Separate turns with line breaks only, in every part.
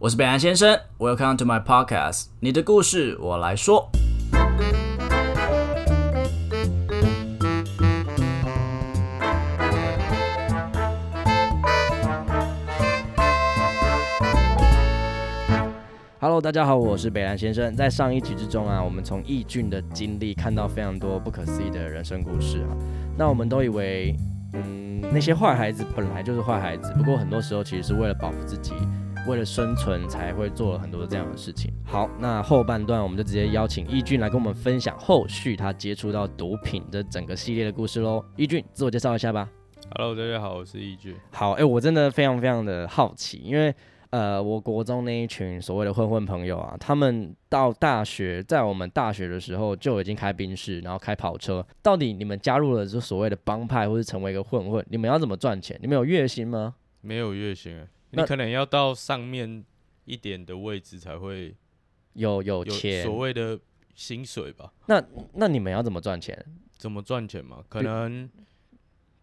我是北岸先生，Welcome to my podcast。你的故事我来说。Hello，大家好，我是北兰先生。在上一集之中啊，我们从易俊的经历看到非常多不可思议的人生故事啊。那我们都以为，嗯，那些坏孩子本来就是坏孩子，不过很多时候其实是为了保护自己，为了生存才会做了很多这样的事情。好，那后半段我们就直接邀请易俊来跟我们分享后续他接触到毒品这整个系列的故事喽。易俊，自我介绍一下吧。
Hello，大家好，我是易俊。
好，哎、我真的非常非常的好奇，因为呃，我国中那一群所谓的混混朋友啊，他们到大学，在我们大学的时候就已经开宾士，然后开跑车。到底你们加入了就所谓的帮派，或是成为一个混混，你们要怎么赚钱？你们有月薪吗？
没有月薪欸，
那
你可能要到上面一点的位置才会
有有
有
钱
所？谓的薪水吧？
那你们要怎么赚钱？
怎么赚钱嘛？可
对
能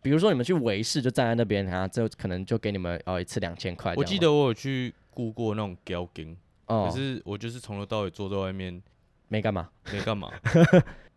比如说你们去维士，就站在那边啊，这可能就给你们哦一次两千块这样吗。
我记得我有去雇过那种 g a l g i n
哦，
可是我就是从头到尾坐在外面
没干嘛，
没 干嘛。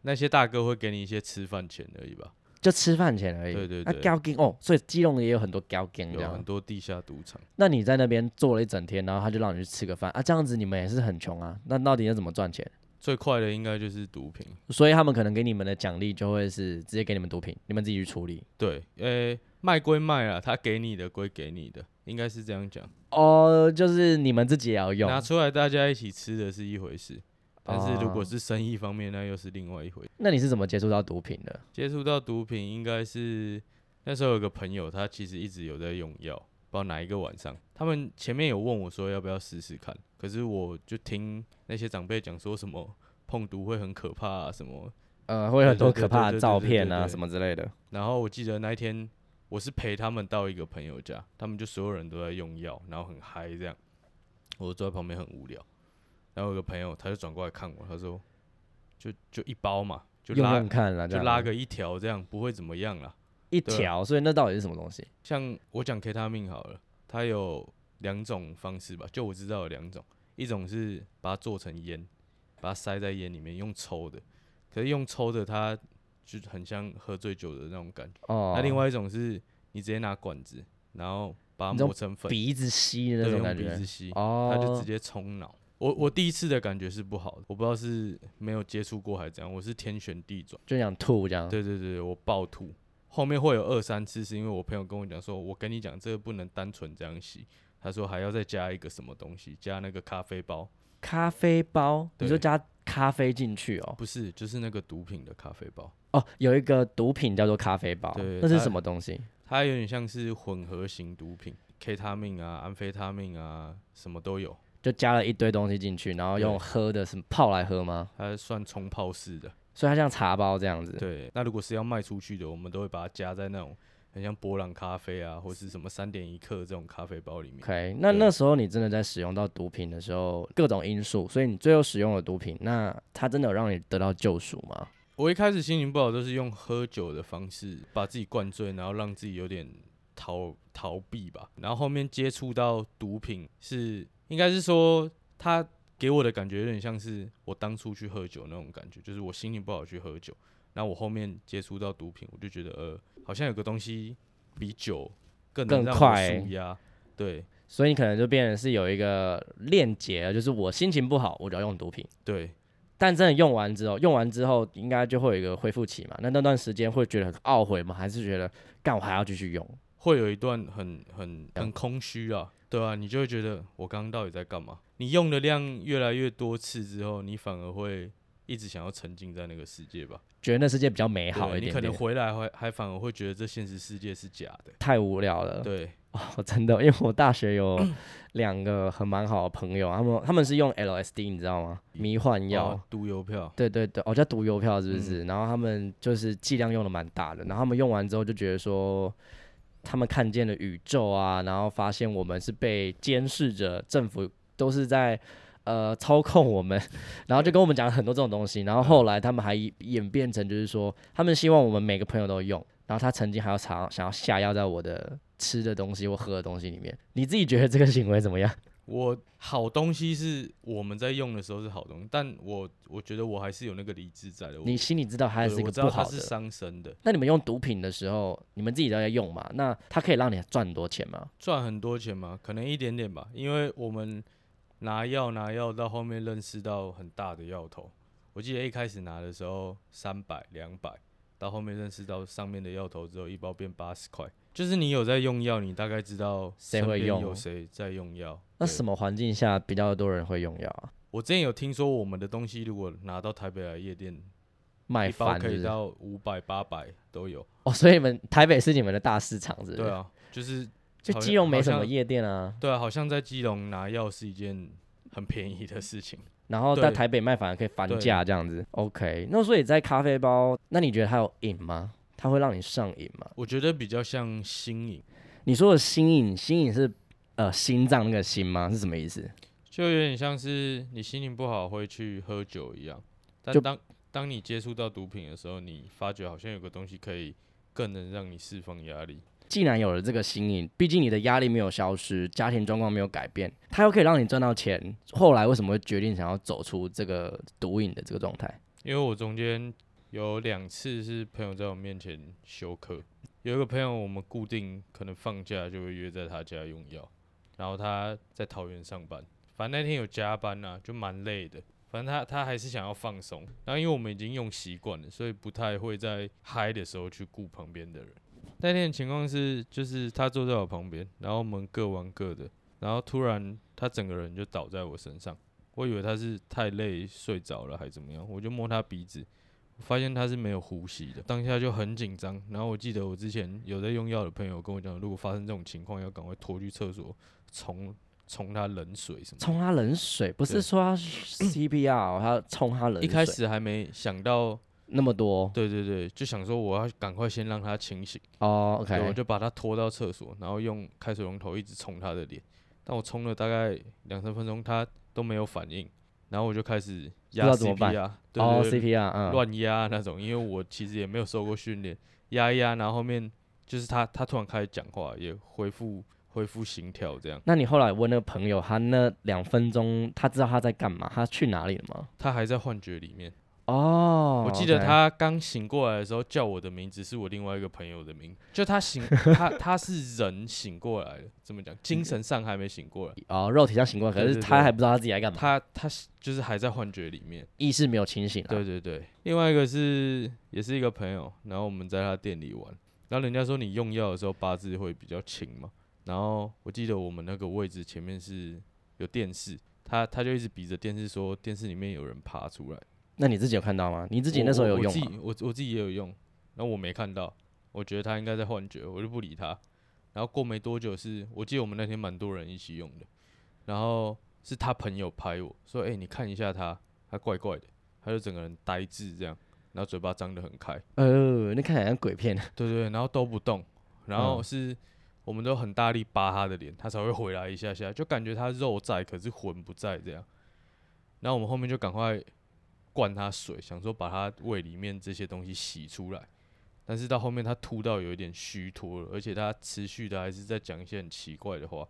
那些大哥会给你一些吃饭钱而已吧？
就吃饭钱而已。
对对
那
对
高金哦，所以基隆也有很多高金这
有啊
样。
很多地下赌场，
那你在那边坐了一整天，然后他就让你去吃个饭啊，这样子你们也是很穷啊。那到底要怎么赚钱？
最快的应该就是毒品。
所以他们可能给你们的奖励就会是直接给你们毒品，你们自己去处理。
对，诶、卖归卖啊，他给你的归给你的，应该是这样讲。
哦，就是你们自己也要用。
拿出来大家一起吃的是一回事，但是如
哦
果是生意方面，那又是另外一回。
那你是怎么接触到毒品的？
接触到毒品应该是那时候有个朋友，他其实一直有在用药，不知道哪一个晚上，他们前面有问我说要不要试试看，可是我就听那些长辈讲说什么碰毒会很可怕、啊、什么，
呃，会有很多可怕的
对对对对对
照片
对
啊
对
什么之类的。
然后我记得那一天我是陪他们到一个朋友家，他们就所有人都在用药，然后很嗨这样，我就坐在旁边很无聊。然后有个朋友他就转过来看我，他说：“就就一包嘛，就
用
拉
用看啊啦，这
就
样
拉个啊一条这样，不会怎么样啦。
一
对啊
条。所以那到底是什么东西？
像我讲 K 他命好了，它有两种方式吧，就我知道有两种，一种是把它做成烟，把它塞在烟里面用抽的，可是用抽的它就很像喝醉酒的那种感觉。
哦，
那另外一种是你直接拿管子，然后把
你
它
用
磨成粉，
鼻子吸的那
对，
种
用
感
鼻
觉
子。吸，
哦，
它就直接冲脑。我我第一次的感觉是不好的，我不知道是没有接触过还是怎样，我是天旋地转。
就想吐这样。
对对对，我暴吐。后面会有二三次，是因为我朋友跟我讲说，我跟你讲，这个不能单纯这样洗。他说还要再加一个什么东西，加那个咖啡包，
咖啡包，你
对
就加咖啡进去哦。
不是，就是那个毒品的咖啡包，
哦，有一个毒品叫做咖啡包，
对
那是
它
什么东西？
它有点像是混合型毒品，K 他命啊、安非他命啊，什么都有，
就加了一堆东西进去，然后用
对
喝的什么泡来喝吗？
它算冲泡式的。
所以它像茶包这样子。
对，那如果是要卖出去的，我们都会把它加在那种很像波朗咖啡啊，或是什么三点一克这种咖啡包里面。
OK，那
对
那时候你真的在使用到毒品的时候，各种因素，所以你最后使用了毒品，那它真的有让你得到救赎吗？
我一开始心情不好，都是用喝酒的方式把自己灌醉，然后让自己有点逃逃避吧。然后后面接触到毒品是，应该是说他给我的感觉有点像是我当初去喝酒那种感觉，就是我心情不好去喝酒。那我后面接触到毒品，我就觉得呃，好像有个东西比酒更能
更
让我
快欸
舒压。对
所以你可能就变成是有一个链接，就是我心情不好，我就要用毒品。
对，
但真的用完之后，用完之后应该就会有一个恢复期嘛？那那段时间会觉得很懊悔吗？还是觉得干我还要继续用？
会有一段很很很空虚啊，对啊，你就会觉得我刚刚到底在干嘛？你用的量越来越多次之后，你反而会一直想要沉浸在那个世界吧。
觉得那世界比较美
对
哎好一
你
点
可能
点，
回来还还反而会觉得这现实世界是假的。
太无聊了。
对，
哦，真的，因为我大学有两个很蛮好的朋友，他们他们是用 LSD，你知道吗？迷幻药。
哦毒邮票，
对对对，哦叫毒邮票是不
嗯
是？然后他们就是剂量用的蛮大的，然后他们用完之后就觉得说，他们看见了宇宙啊，然后发现我们是被监视着，政府都是在呃操控我们， 然后就跟我们讲了很多这种东西，然后后来他们还演变成就是说，他们希望我们每个朋友都用，然后他曾经还要尝想要下药在我的吃的东西或喝的东西里面，你自己觉得这个行为怎么样？
我好东西是我们在用的时候是好东西，但我我觉得我还是有那个理智在的。我
你心里知道它还
对
是一
我
个
知
不
道它
好
是
的。
伤身的，
那你们用毒品的时候，你们自己都在用嘛？那它可以让你赚很多钱吗？
赚很多钱嘛，可能一点点吧，因为我们拿药拿药到后面认识到很大的药头。我记得一开始拿的时候三百两百，到后面认识到上面的药头之后，一包变八十块。就是你有在用药，你大概知道
谁
身
会
边
用哦
有谁在用药。
那
对
什么环境下比较多人会用药啊？
我之前有听说，我们的东西如果拿到台北来夜店，
卖
一包
翻是
可
不
以
是？
到五百、八百都有。
哦，所以你们台北是你们的大市场，是不是？
对，啊，就是
就
好像
基隆没什
好
么
像
夜店啊，
对啊，好像在基隆拿药是一件很便宜的事情。
然后在
对
台北卖反而可以翻
对
价这样子。OK，那所以在咖啡包，那你觉得它有瘾吗？它会让你上瘾吗？
我觉得比较像新颖，
你说的心瘾，心瘾是呃心脏那个心吗？是什么意思？
就有点像是你心情不好会去喝酒一样。但
就
当当你接触到毒品的时候，你发觉好像有个东西可以更能让你释放压力。
既然有了这个心瘾，毕竟你的压力没有消失，家庭状况没有改变，它又可以让你赚到钱。后来为什么会决定想要走出这个毒瘾的这个状态？
因为我中间有两次是朋友在我面前休克，有一个朋友我们固定可能放假就会约在他家用药，然后他在桃园上班，反正那天有加班啊，就蛮累的。反正他他还是想要放松，然后因为我们已经用习惯了，所以不太会在嗨的时候去顾旁边的人。那天的情况是，就是他坐在我旁边，然后我们各玩各的，然后突然他整个人就倒在我身上。我以为他是太累睡着了还怎么样，我就摸他鼻子，发现他是没有呼吸的，当下就很紧张。然后我记得我之前有在用药的朋友跟我讲，如果发生这种情况，要赶快拖去厕所冲冲他冷水什么的。
冲他冷水，不是
对
说他 CPR，哦他冲他冷水。
一开始还没想到，
那么多
对对对，就想说我要赶快先让他清醒，
哦
对，我
，OK，
就把他拖到厕所，然后用开水龙头一直冲他的脸。但我冲了大概两三分钟，他都没有反应，然后我就开始
不知
压
道怎么
CPR，
办
对
哦
对对
，CPR，嗯，
乱压那种，因为我其实也没有受过训练，压一压，然后后面就是他他突然开始讲话，也恢复恢复心跳这样，
那你后来问那个朋友，他那两分钟，他知道他在干嘛，他去哪里了吗？
他还在幻觉里面。
哦，
我记得
OK
他刚醒过来的时候叫我的名字是我另外一个朋友的名，就 他醒他他是人醒过来的，怎么讲？精神上还没醒过来，
哦，肉体上醒过来，可是
对对
他
对
还不知道他自己在干嘛，
他他就是还在幻觉里面。
意识没有清醒啊。
对对对，另外一个是也是一个朋友，然后我们在他店里玩，然后人家说你用药的时候八字会比较轻嘛，然后我记得我们那个位置前面是有电视，他他就一直比着电视说电视里面有人爬出来，
那你自己有看到吗？你自
自
己那时候有
我
用
自
吗？
己我我自己也有用，那我没看到，我觉得他应该在幻觉，我就不理他。然后过没多久是，我记得我们那天蛮多人一起用的，然后是他朋友拍我说：“哎、你看一下他，他怪怪的，他就整个人呆滞这样，然后嘴巴张得很开，
呃，那看起来像鬼片。
对对，然后都不动，然后
嗯
是我们都很大力扒他的脸，他才会回来一下下，就感觉他肉在，可是魂不在这样。然后我们后面就赶快灌他水，想说把他胃里面这些东西洗出来，但是到后面他吐到有一点虚脱了，而且他持续的还是在讲一些很奇怪的话，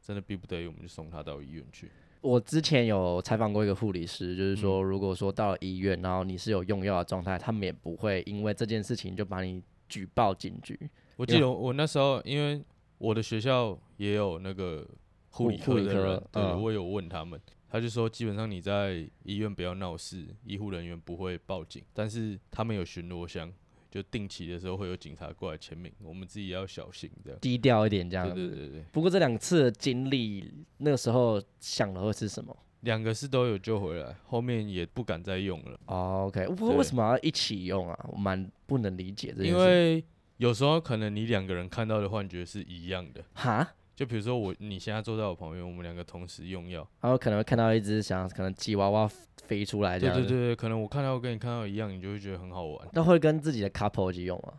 真的逼不得已，我们就送他到医院去。
我之前有采访过一个护理师，就是说，如果说到了医院，然后你是有用药的状态，他们也不会因为这件事情就把你举报警局。
我记得我我那时候，因为我的学校也有那个护
护
理
护
科
理
的
科
人，对，
嗯
我有问他们，他就说基本上你在医院不要闹事，医护人员不会报警，但是他们有巡逻箱，就定期的时候会有警察过来签名，我们自己要小心这样。
低调一点这样
对
子。
对对对，
不过这两次的经历，那个时候想的会是什么、
两个是都有救回来，后面也不敢再用了，
o k 哦不过
对
为什么要一起用啊？我蛮不能理解这件事。
因为有时候可能你两个人看到的幻觉是一样的，
哈，
就比如说我你现在坐在我旁边，我们两个同时用药，
然后可能会看到一只想可能吉娃娃飞出来这
对
样
对
子。
对对，可能我看到跟你看到一样，你就会觉得很好玩。
那会跟自己的 couple 一起用吗？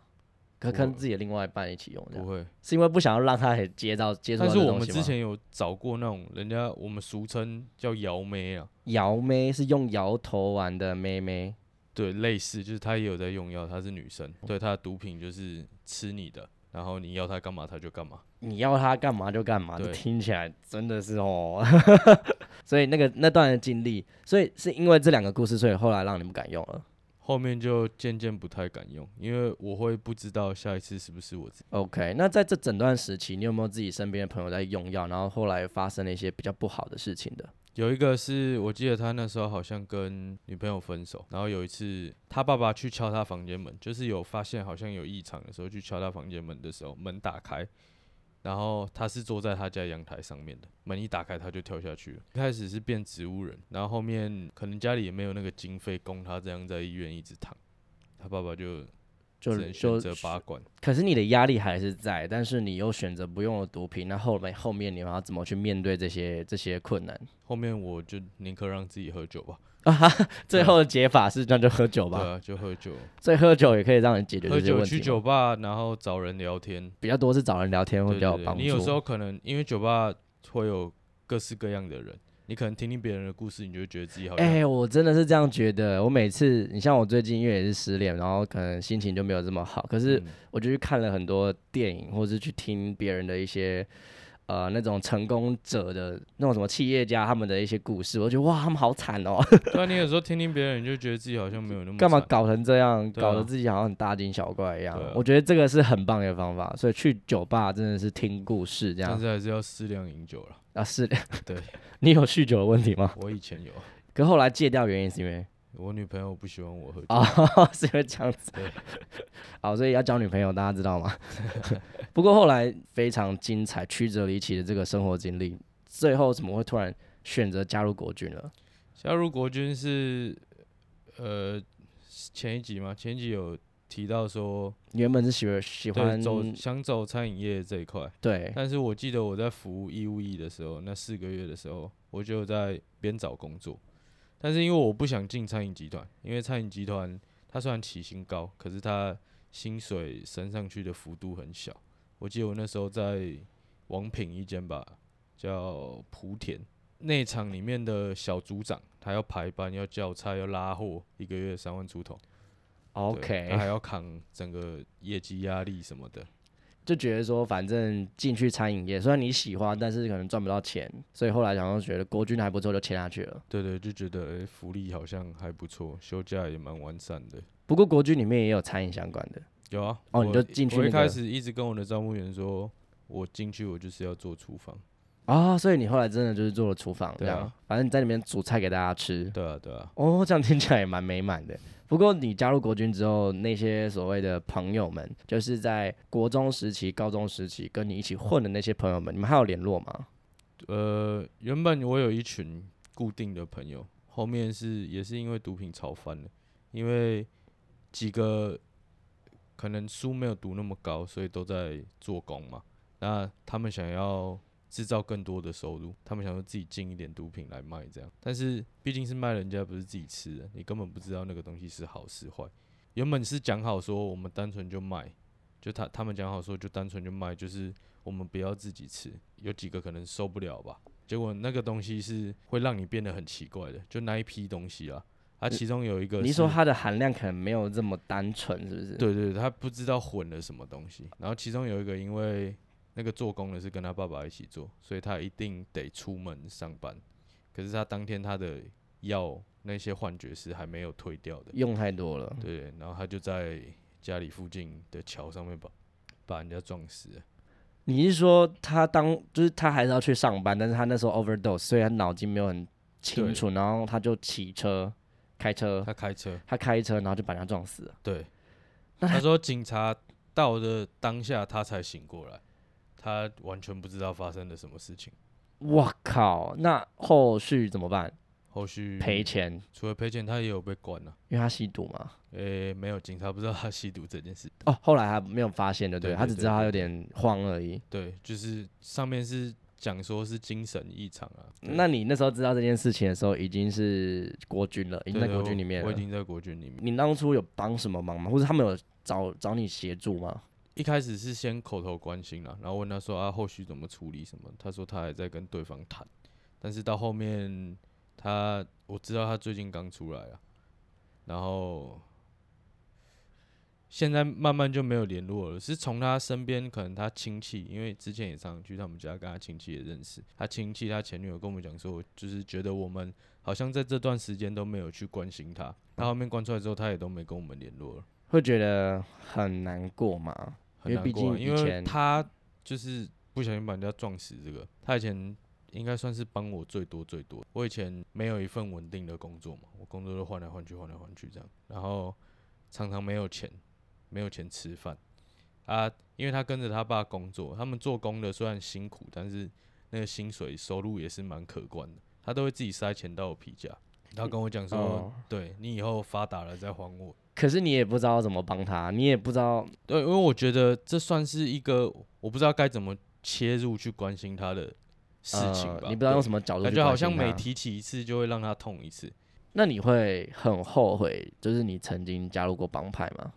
跟
不
跟
会
自己的另外一半一起用，这
不
样
会，
是因为不想要让他也接到接触
但
到
是
这
我
东
们
西
之
吗？
前有找过那种人家我们俗称叫摇妹啊，
摇妹是用摇头玩的妹妹，
对，类似就是她也有在用药，她是女生，对，她的毒品就是吃你的，然后你要他干嘛他就干嘛。
你要他干嘛就干嘛，这
对
听起来真的是哦。 所以那个那段的经历，所以是因为这两个故事，所以后来让你不敢用了。
后面就渐渐不太敢用，因为我会不知道下一次是不是我自己。
OK，那在这整段时期，你有没有自己身边的朋友在用药，然后后来发生了一些比较不好的事情的？
有一个是我记得他那时候好像跟女朋友分手，然后有一次他爸爸去敲他房间门，就是有发现好像有异常的时候去敲他房间门的时候，门打开，然后他是坐在他家阳台上面的，门一打开他就跳下去了。一开始是变植物人，然后后面可能家里也没有那个经费供他这样在医院一直躺，他爸爸就
就
只能选
就
择拔管。
可是你的压力还是在，但是你又选择不用了毒品，那后面后面你要怎么去面对这些这些困难？
后面我就宁可让自己喝酒吧，
最后的解法是那就喝酒
对
吧，
啊，就喝酒，
所以喝酒也可以让你解决
喝
这些
酒
问
去
题吗。
酒吧，然后找人聊天，
比较多是找人聊天会
对
比较
对
有帮
对，
助。
你有时候可能因为酒吧会有各式各样的人，你可能听听别人的故事，你就会觉得自己好像、嗯
哎、我真的是这样觉得。我每次，你像我最近因为也是失恋，然后可能心情就没有这么好。可是
嗯
我就去看了很多电影，或是去听别人的一些呃那种成功者的那种什么企业家他们的一些故事，我就觉得哇，他们好惨 哦，
对啊，你有时候听听别人，你就觉得自己好像没有那么
干嘛
惨
搞成这样，
对
搞得
啊
自己好像很大惊小怪一样。
对啊
我觉得这个是很棒的方法，所以去酒吧真的是听故事这
但
样
是还是要适量饮酒了。
啊。是，
对
你有酗酒的问题吗？
我以前有，
可后来戒掉原因是因为。
我女朋友不喜欢我喝酒，
哦， 是因为这样子
对。
好，所以要交女朋友，大家知道吗？ 不过后来非常精彩、曲折离奇的这个生活经历，最后怎么会突然选择加入国军了？
加入国军是呃前一集嘛，前一集有提到说
原本是喜欢喜
对
欢
走想走餐饮业这一块。
对
但是我记得我在服务义务役的时候，那四个月的时候，我就有在边找工作。但是因为我不想进餐饮集团，因为餐饮集团它虽然起薪高，可是它薪水升上去的幅度很小。我记得我那时候在王品一间吧，叫莆田内场里面的小组长，他要排班，要叫菜，要拉货，一个月三万出头。对他
，OK，
还要扛整个业绩压力什么的。
就觉得说反正进去餐饮业，虽然你喜欢，但是可能赚不到钱，所以后来想要觉得国军还不错，就签下去了。
对对，就觉得诶福利好像还不错，休假也蛮完善的。
不过国军里面也有餐饮相关的，
有啊，
哦你
我
就进去
我一
那个
开始一直跟我的招募员说，我进去我就是要做厨房。
啊、所以你后来真的就是做了厨房这
对啊
样，反正你在里面煮菜给大家吃，
对啊，对啊，
哦，这样听起来也蛮美满的。不过你加入国军之后，那些所谓的朋友们，就是在国中时期、高中时期跟你一起混的那些朋友们，你们还有联络吗？
呃，原本我有一群固定的朋友，后面是也是因为毒品吵翻了，因为几个可能书没有读那么高，所以都在做工嘛。那他们想要制造更多的收入，他们想说自己进一点毒品来卖这样，但是毕竟是卖人家，不是自己吃的，你根本不知道那个东西是好是坏。原本是讲好说我们单纯就卖，就他他们讲好说就单纯就卖，就是我们不要自己吃，有几个可能受不了吧。结果那个东西是会让你变得很奇怪的，就那一批东西啊，啊，其中有一个
嗯你是说
是
它的含量可能没有这么单纯，是不是？，
对对，他不知道混了什么东西。然后其中有一个，因为那个做工的是跟他爸爸一起做，所以他一定得出门上班。可是他当天他的药那些幻觉是还没有退掉的，
用太多了。
对。然后他就在家里附近的桥上面把把人家撞死了。
你是说他当就是他还是要去上班，但是他那时候 overdose，所以他脑筋没有很清
对
楚，然后他就骑车、开车，
他开车，
他开车，然后就把人家撞死了。
对，他说警察到的当下他才醒过来，他完全不知道发生了什么事情。
我靠！那后续怎么办？
后续
赔，钱，
除了赔钱，他也有被关啊了、
因为他吸毒嘛。
诶、没有，警察不知道他吸毒这件事。
哦，后来他没有发现的，对
对
了，他
对
只
对
知道他
对
有点慌而已。
对，就是上面是讲说是精神异常啊。对
那你那时候知道这件事情的时候，已经是国军了，已经
对
在
对
国
我
军里面
我已
了。
经在国军里面。
你当初有帮什么忙吗？或者他们有找找你协助吗？
一开始是先口头关心啦，然后问他说啊，后续怎么处理什么？他说他还在跟对方谈，但是到后面他我知道他最近刚出来啊，然后现在慢慢就没有联络了，是从他身边可能他亲戚，因为之前也常去他们家，跟他亲戚也认识，他亲戚他前女友跟我们讲说，就是觉得我们好像在这段时间都没有去关心他，他后面关出来之后，他也都没跟我们联络了，
会觉得很难过嘛？
很
因为
难
毕
过啊、
竟以
因为
前
他就是不小心把人家撞死，这个他以前。应该算是帮我最多最多。我以前没有一份稳定的工作嘛，我工作都换来换去，换来换去这样，然后常常没有钱，没有钱吃饭啊，因为他跟着他爸工作，他们做工的虽然辛苦，但是那个薪水收入也是蛮可观的，他都会自己塞钱到我皮夹。他跟我讲说，
哦
对你以后发达了再还我。
可是你也不知道怎么帮他，你也不知道
对，因为我觉得这算是一个我不知道该怎么切入去关心他的事情
呃
吧。
你不知道用
对
什么角度去
感觉好
关心
像每
他
提起一次就会让他痛一次。
那你会很后悔，就是你曾经加入过帮派吗？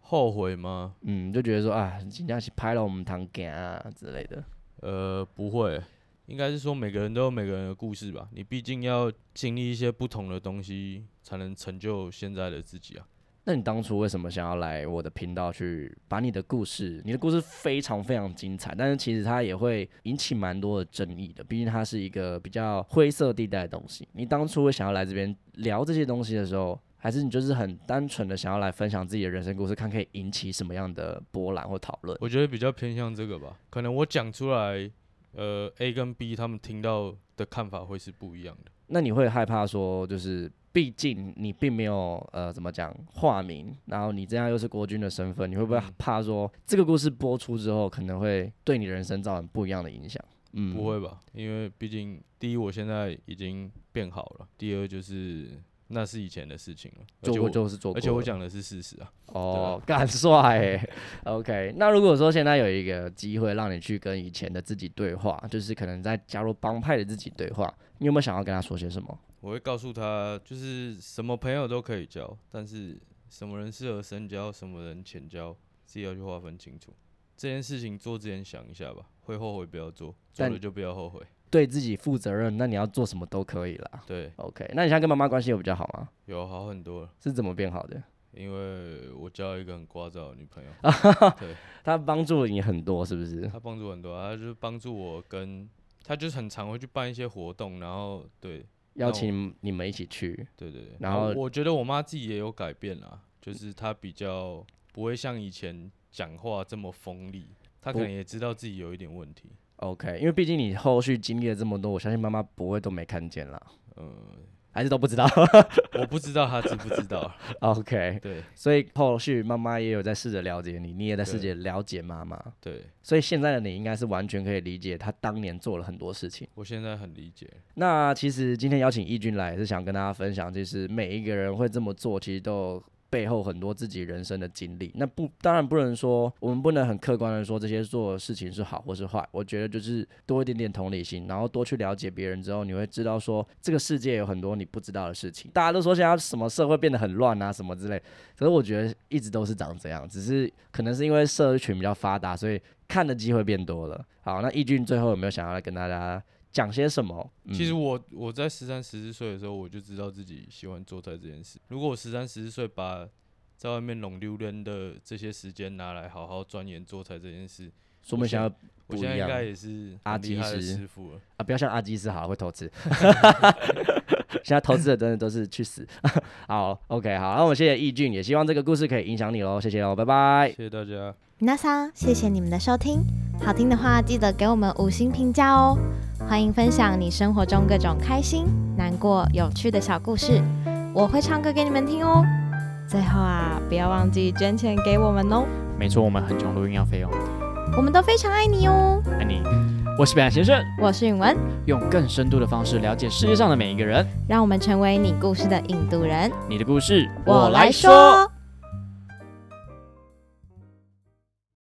后悔吗？
嗯，就觉得说啊，人家去拍了我们堂干啊之类的。
呃，不会，应该是说每个人都有每个人的故事吧。你毕竟要经历一些不同的东西，才能成就现在的自己啊。
那你当初为什么想要来我的频道去把你的故事？你的故事非常非常精彩，但是其实它也会引起蛮多的争议的，毕竟它是一个比较灰色地带的东西。你当初会想要来这边聊这些东西的时候，还是你就是很单纯的想要来分享自己的人生故事，看可以引起什么样的波澜或讨论？
我觉得比较偏向这个吧，可能我讲出来，呃，A 跟 B 他们听到的看法会是不一样的。
那你会害怕说，就是毕竟你并没有呃怎么讲化名，然后你这样又是国军的身份，你会不会
嗯
怕说这个故事播出之后，可能会对你人生造成不一样的影响？嗯，
不会吧？因为毕竟第一，我现在已经变好了；第二，就是那是以前的事情了，而
做
且
过
我
就是做过了，
而且我讲的是事实啊。
哦， 干帅欸 OK，那如果说现在有一个机会让你去跟以前的自己对话，就是可能在加入帮派的自己对话，你有没有想要跟他说些什么？
我会告诉他，就是什么朋友都可以交，但是什么人适合深交，什么人浅交，自己要去划分清楚。这件事情做之前想一下吧，会后悔不要做，做
但
了就不要后悔。
对自己负责任，那你要做什么都可以啦。
对，
OK，那你现在跟妈妈关系有比较好吗？
有好很多了，
是怎么变好的？
因为我交了一个很聒噪的女 朋友，对，
他帮助了你很多，是不是？
她帮助很多啊，她就是帮助我跟，她就是很常会去办一些活动，然后对
邀请你们一起去，
对对对，
然
啊
后
我觉得我妈自己也有改变啦，就是她比较不会像以前讲话这么锋利，她可
不
能也知道自己有一点问题，
OK，因为毕竟你后续经历了这么多，我相信妈妈不会都没看见啦，
呃，
还是都不知道。
我不知道她知不知道，
OK，
对
所以后续妈妈也有在试着了解你，你也在试
对
着了解妈妈，
对，
所以现在的你应该是完全可以理解她当年做了很多事情。
我现在很理解，
那其实今天邀请义军来，是想跟大家分享，就是每一个人会这么做，其实都有背后很多自己人生的经历。那不，当然不能说，我们不能很客观的说这些做的事情是好或是坏。我觉得就是多一点点同理心，然后多去了解别人之后，你会知道说这个世界有很多你不知道的事情。大家都说现在什么社会变得很乱啊，什么之类，可是我觉得一直都是长这样，只是可能是因为社群比较发达，所以看的机会变多了。好，那义军最后有没有想要来跟大家？讲些什么？嗯
其实我我在十三十四岁的时候，我就知道自己喜欢做菜这件事。如果我十三十四岁把在外面拢溜人的这些时间拿来好好钻研做菜这件事，
说明想要
我
不一
现在应
样啊
该也是
阿
很厉
基
害
师
的师傅了。
啊，不要像阿基斯好了会偷吃。 现在投资者真的都是去死。 好，OK，好，那我们谢谢易俊，也希望这个故事可以影响你喽，谢谢喽，拜拜
谢。谢大家。
皆さん，谢谢你们的收听，好听的话记得给我们五星评价哦。欢迎分享你生活中各种开心、难过、有趣的小故事，我会唱歌给你们听哦。最后啊，不要忘记捐钱给我们哦，
没错，我们很穷，录音要费用。
我们都非常爱你哦。
爱你，我是北岸先生，
我是允文，
用更深度的方式了解世界上的每一个人。
让我们成为你故事的引渡人。
你的故事，。
说。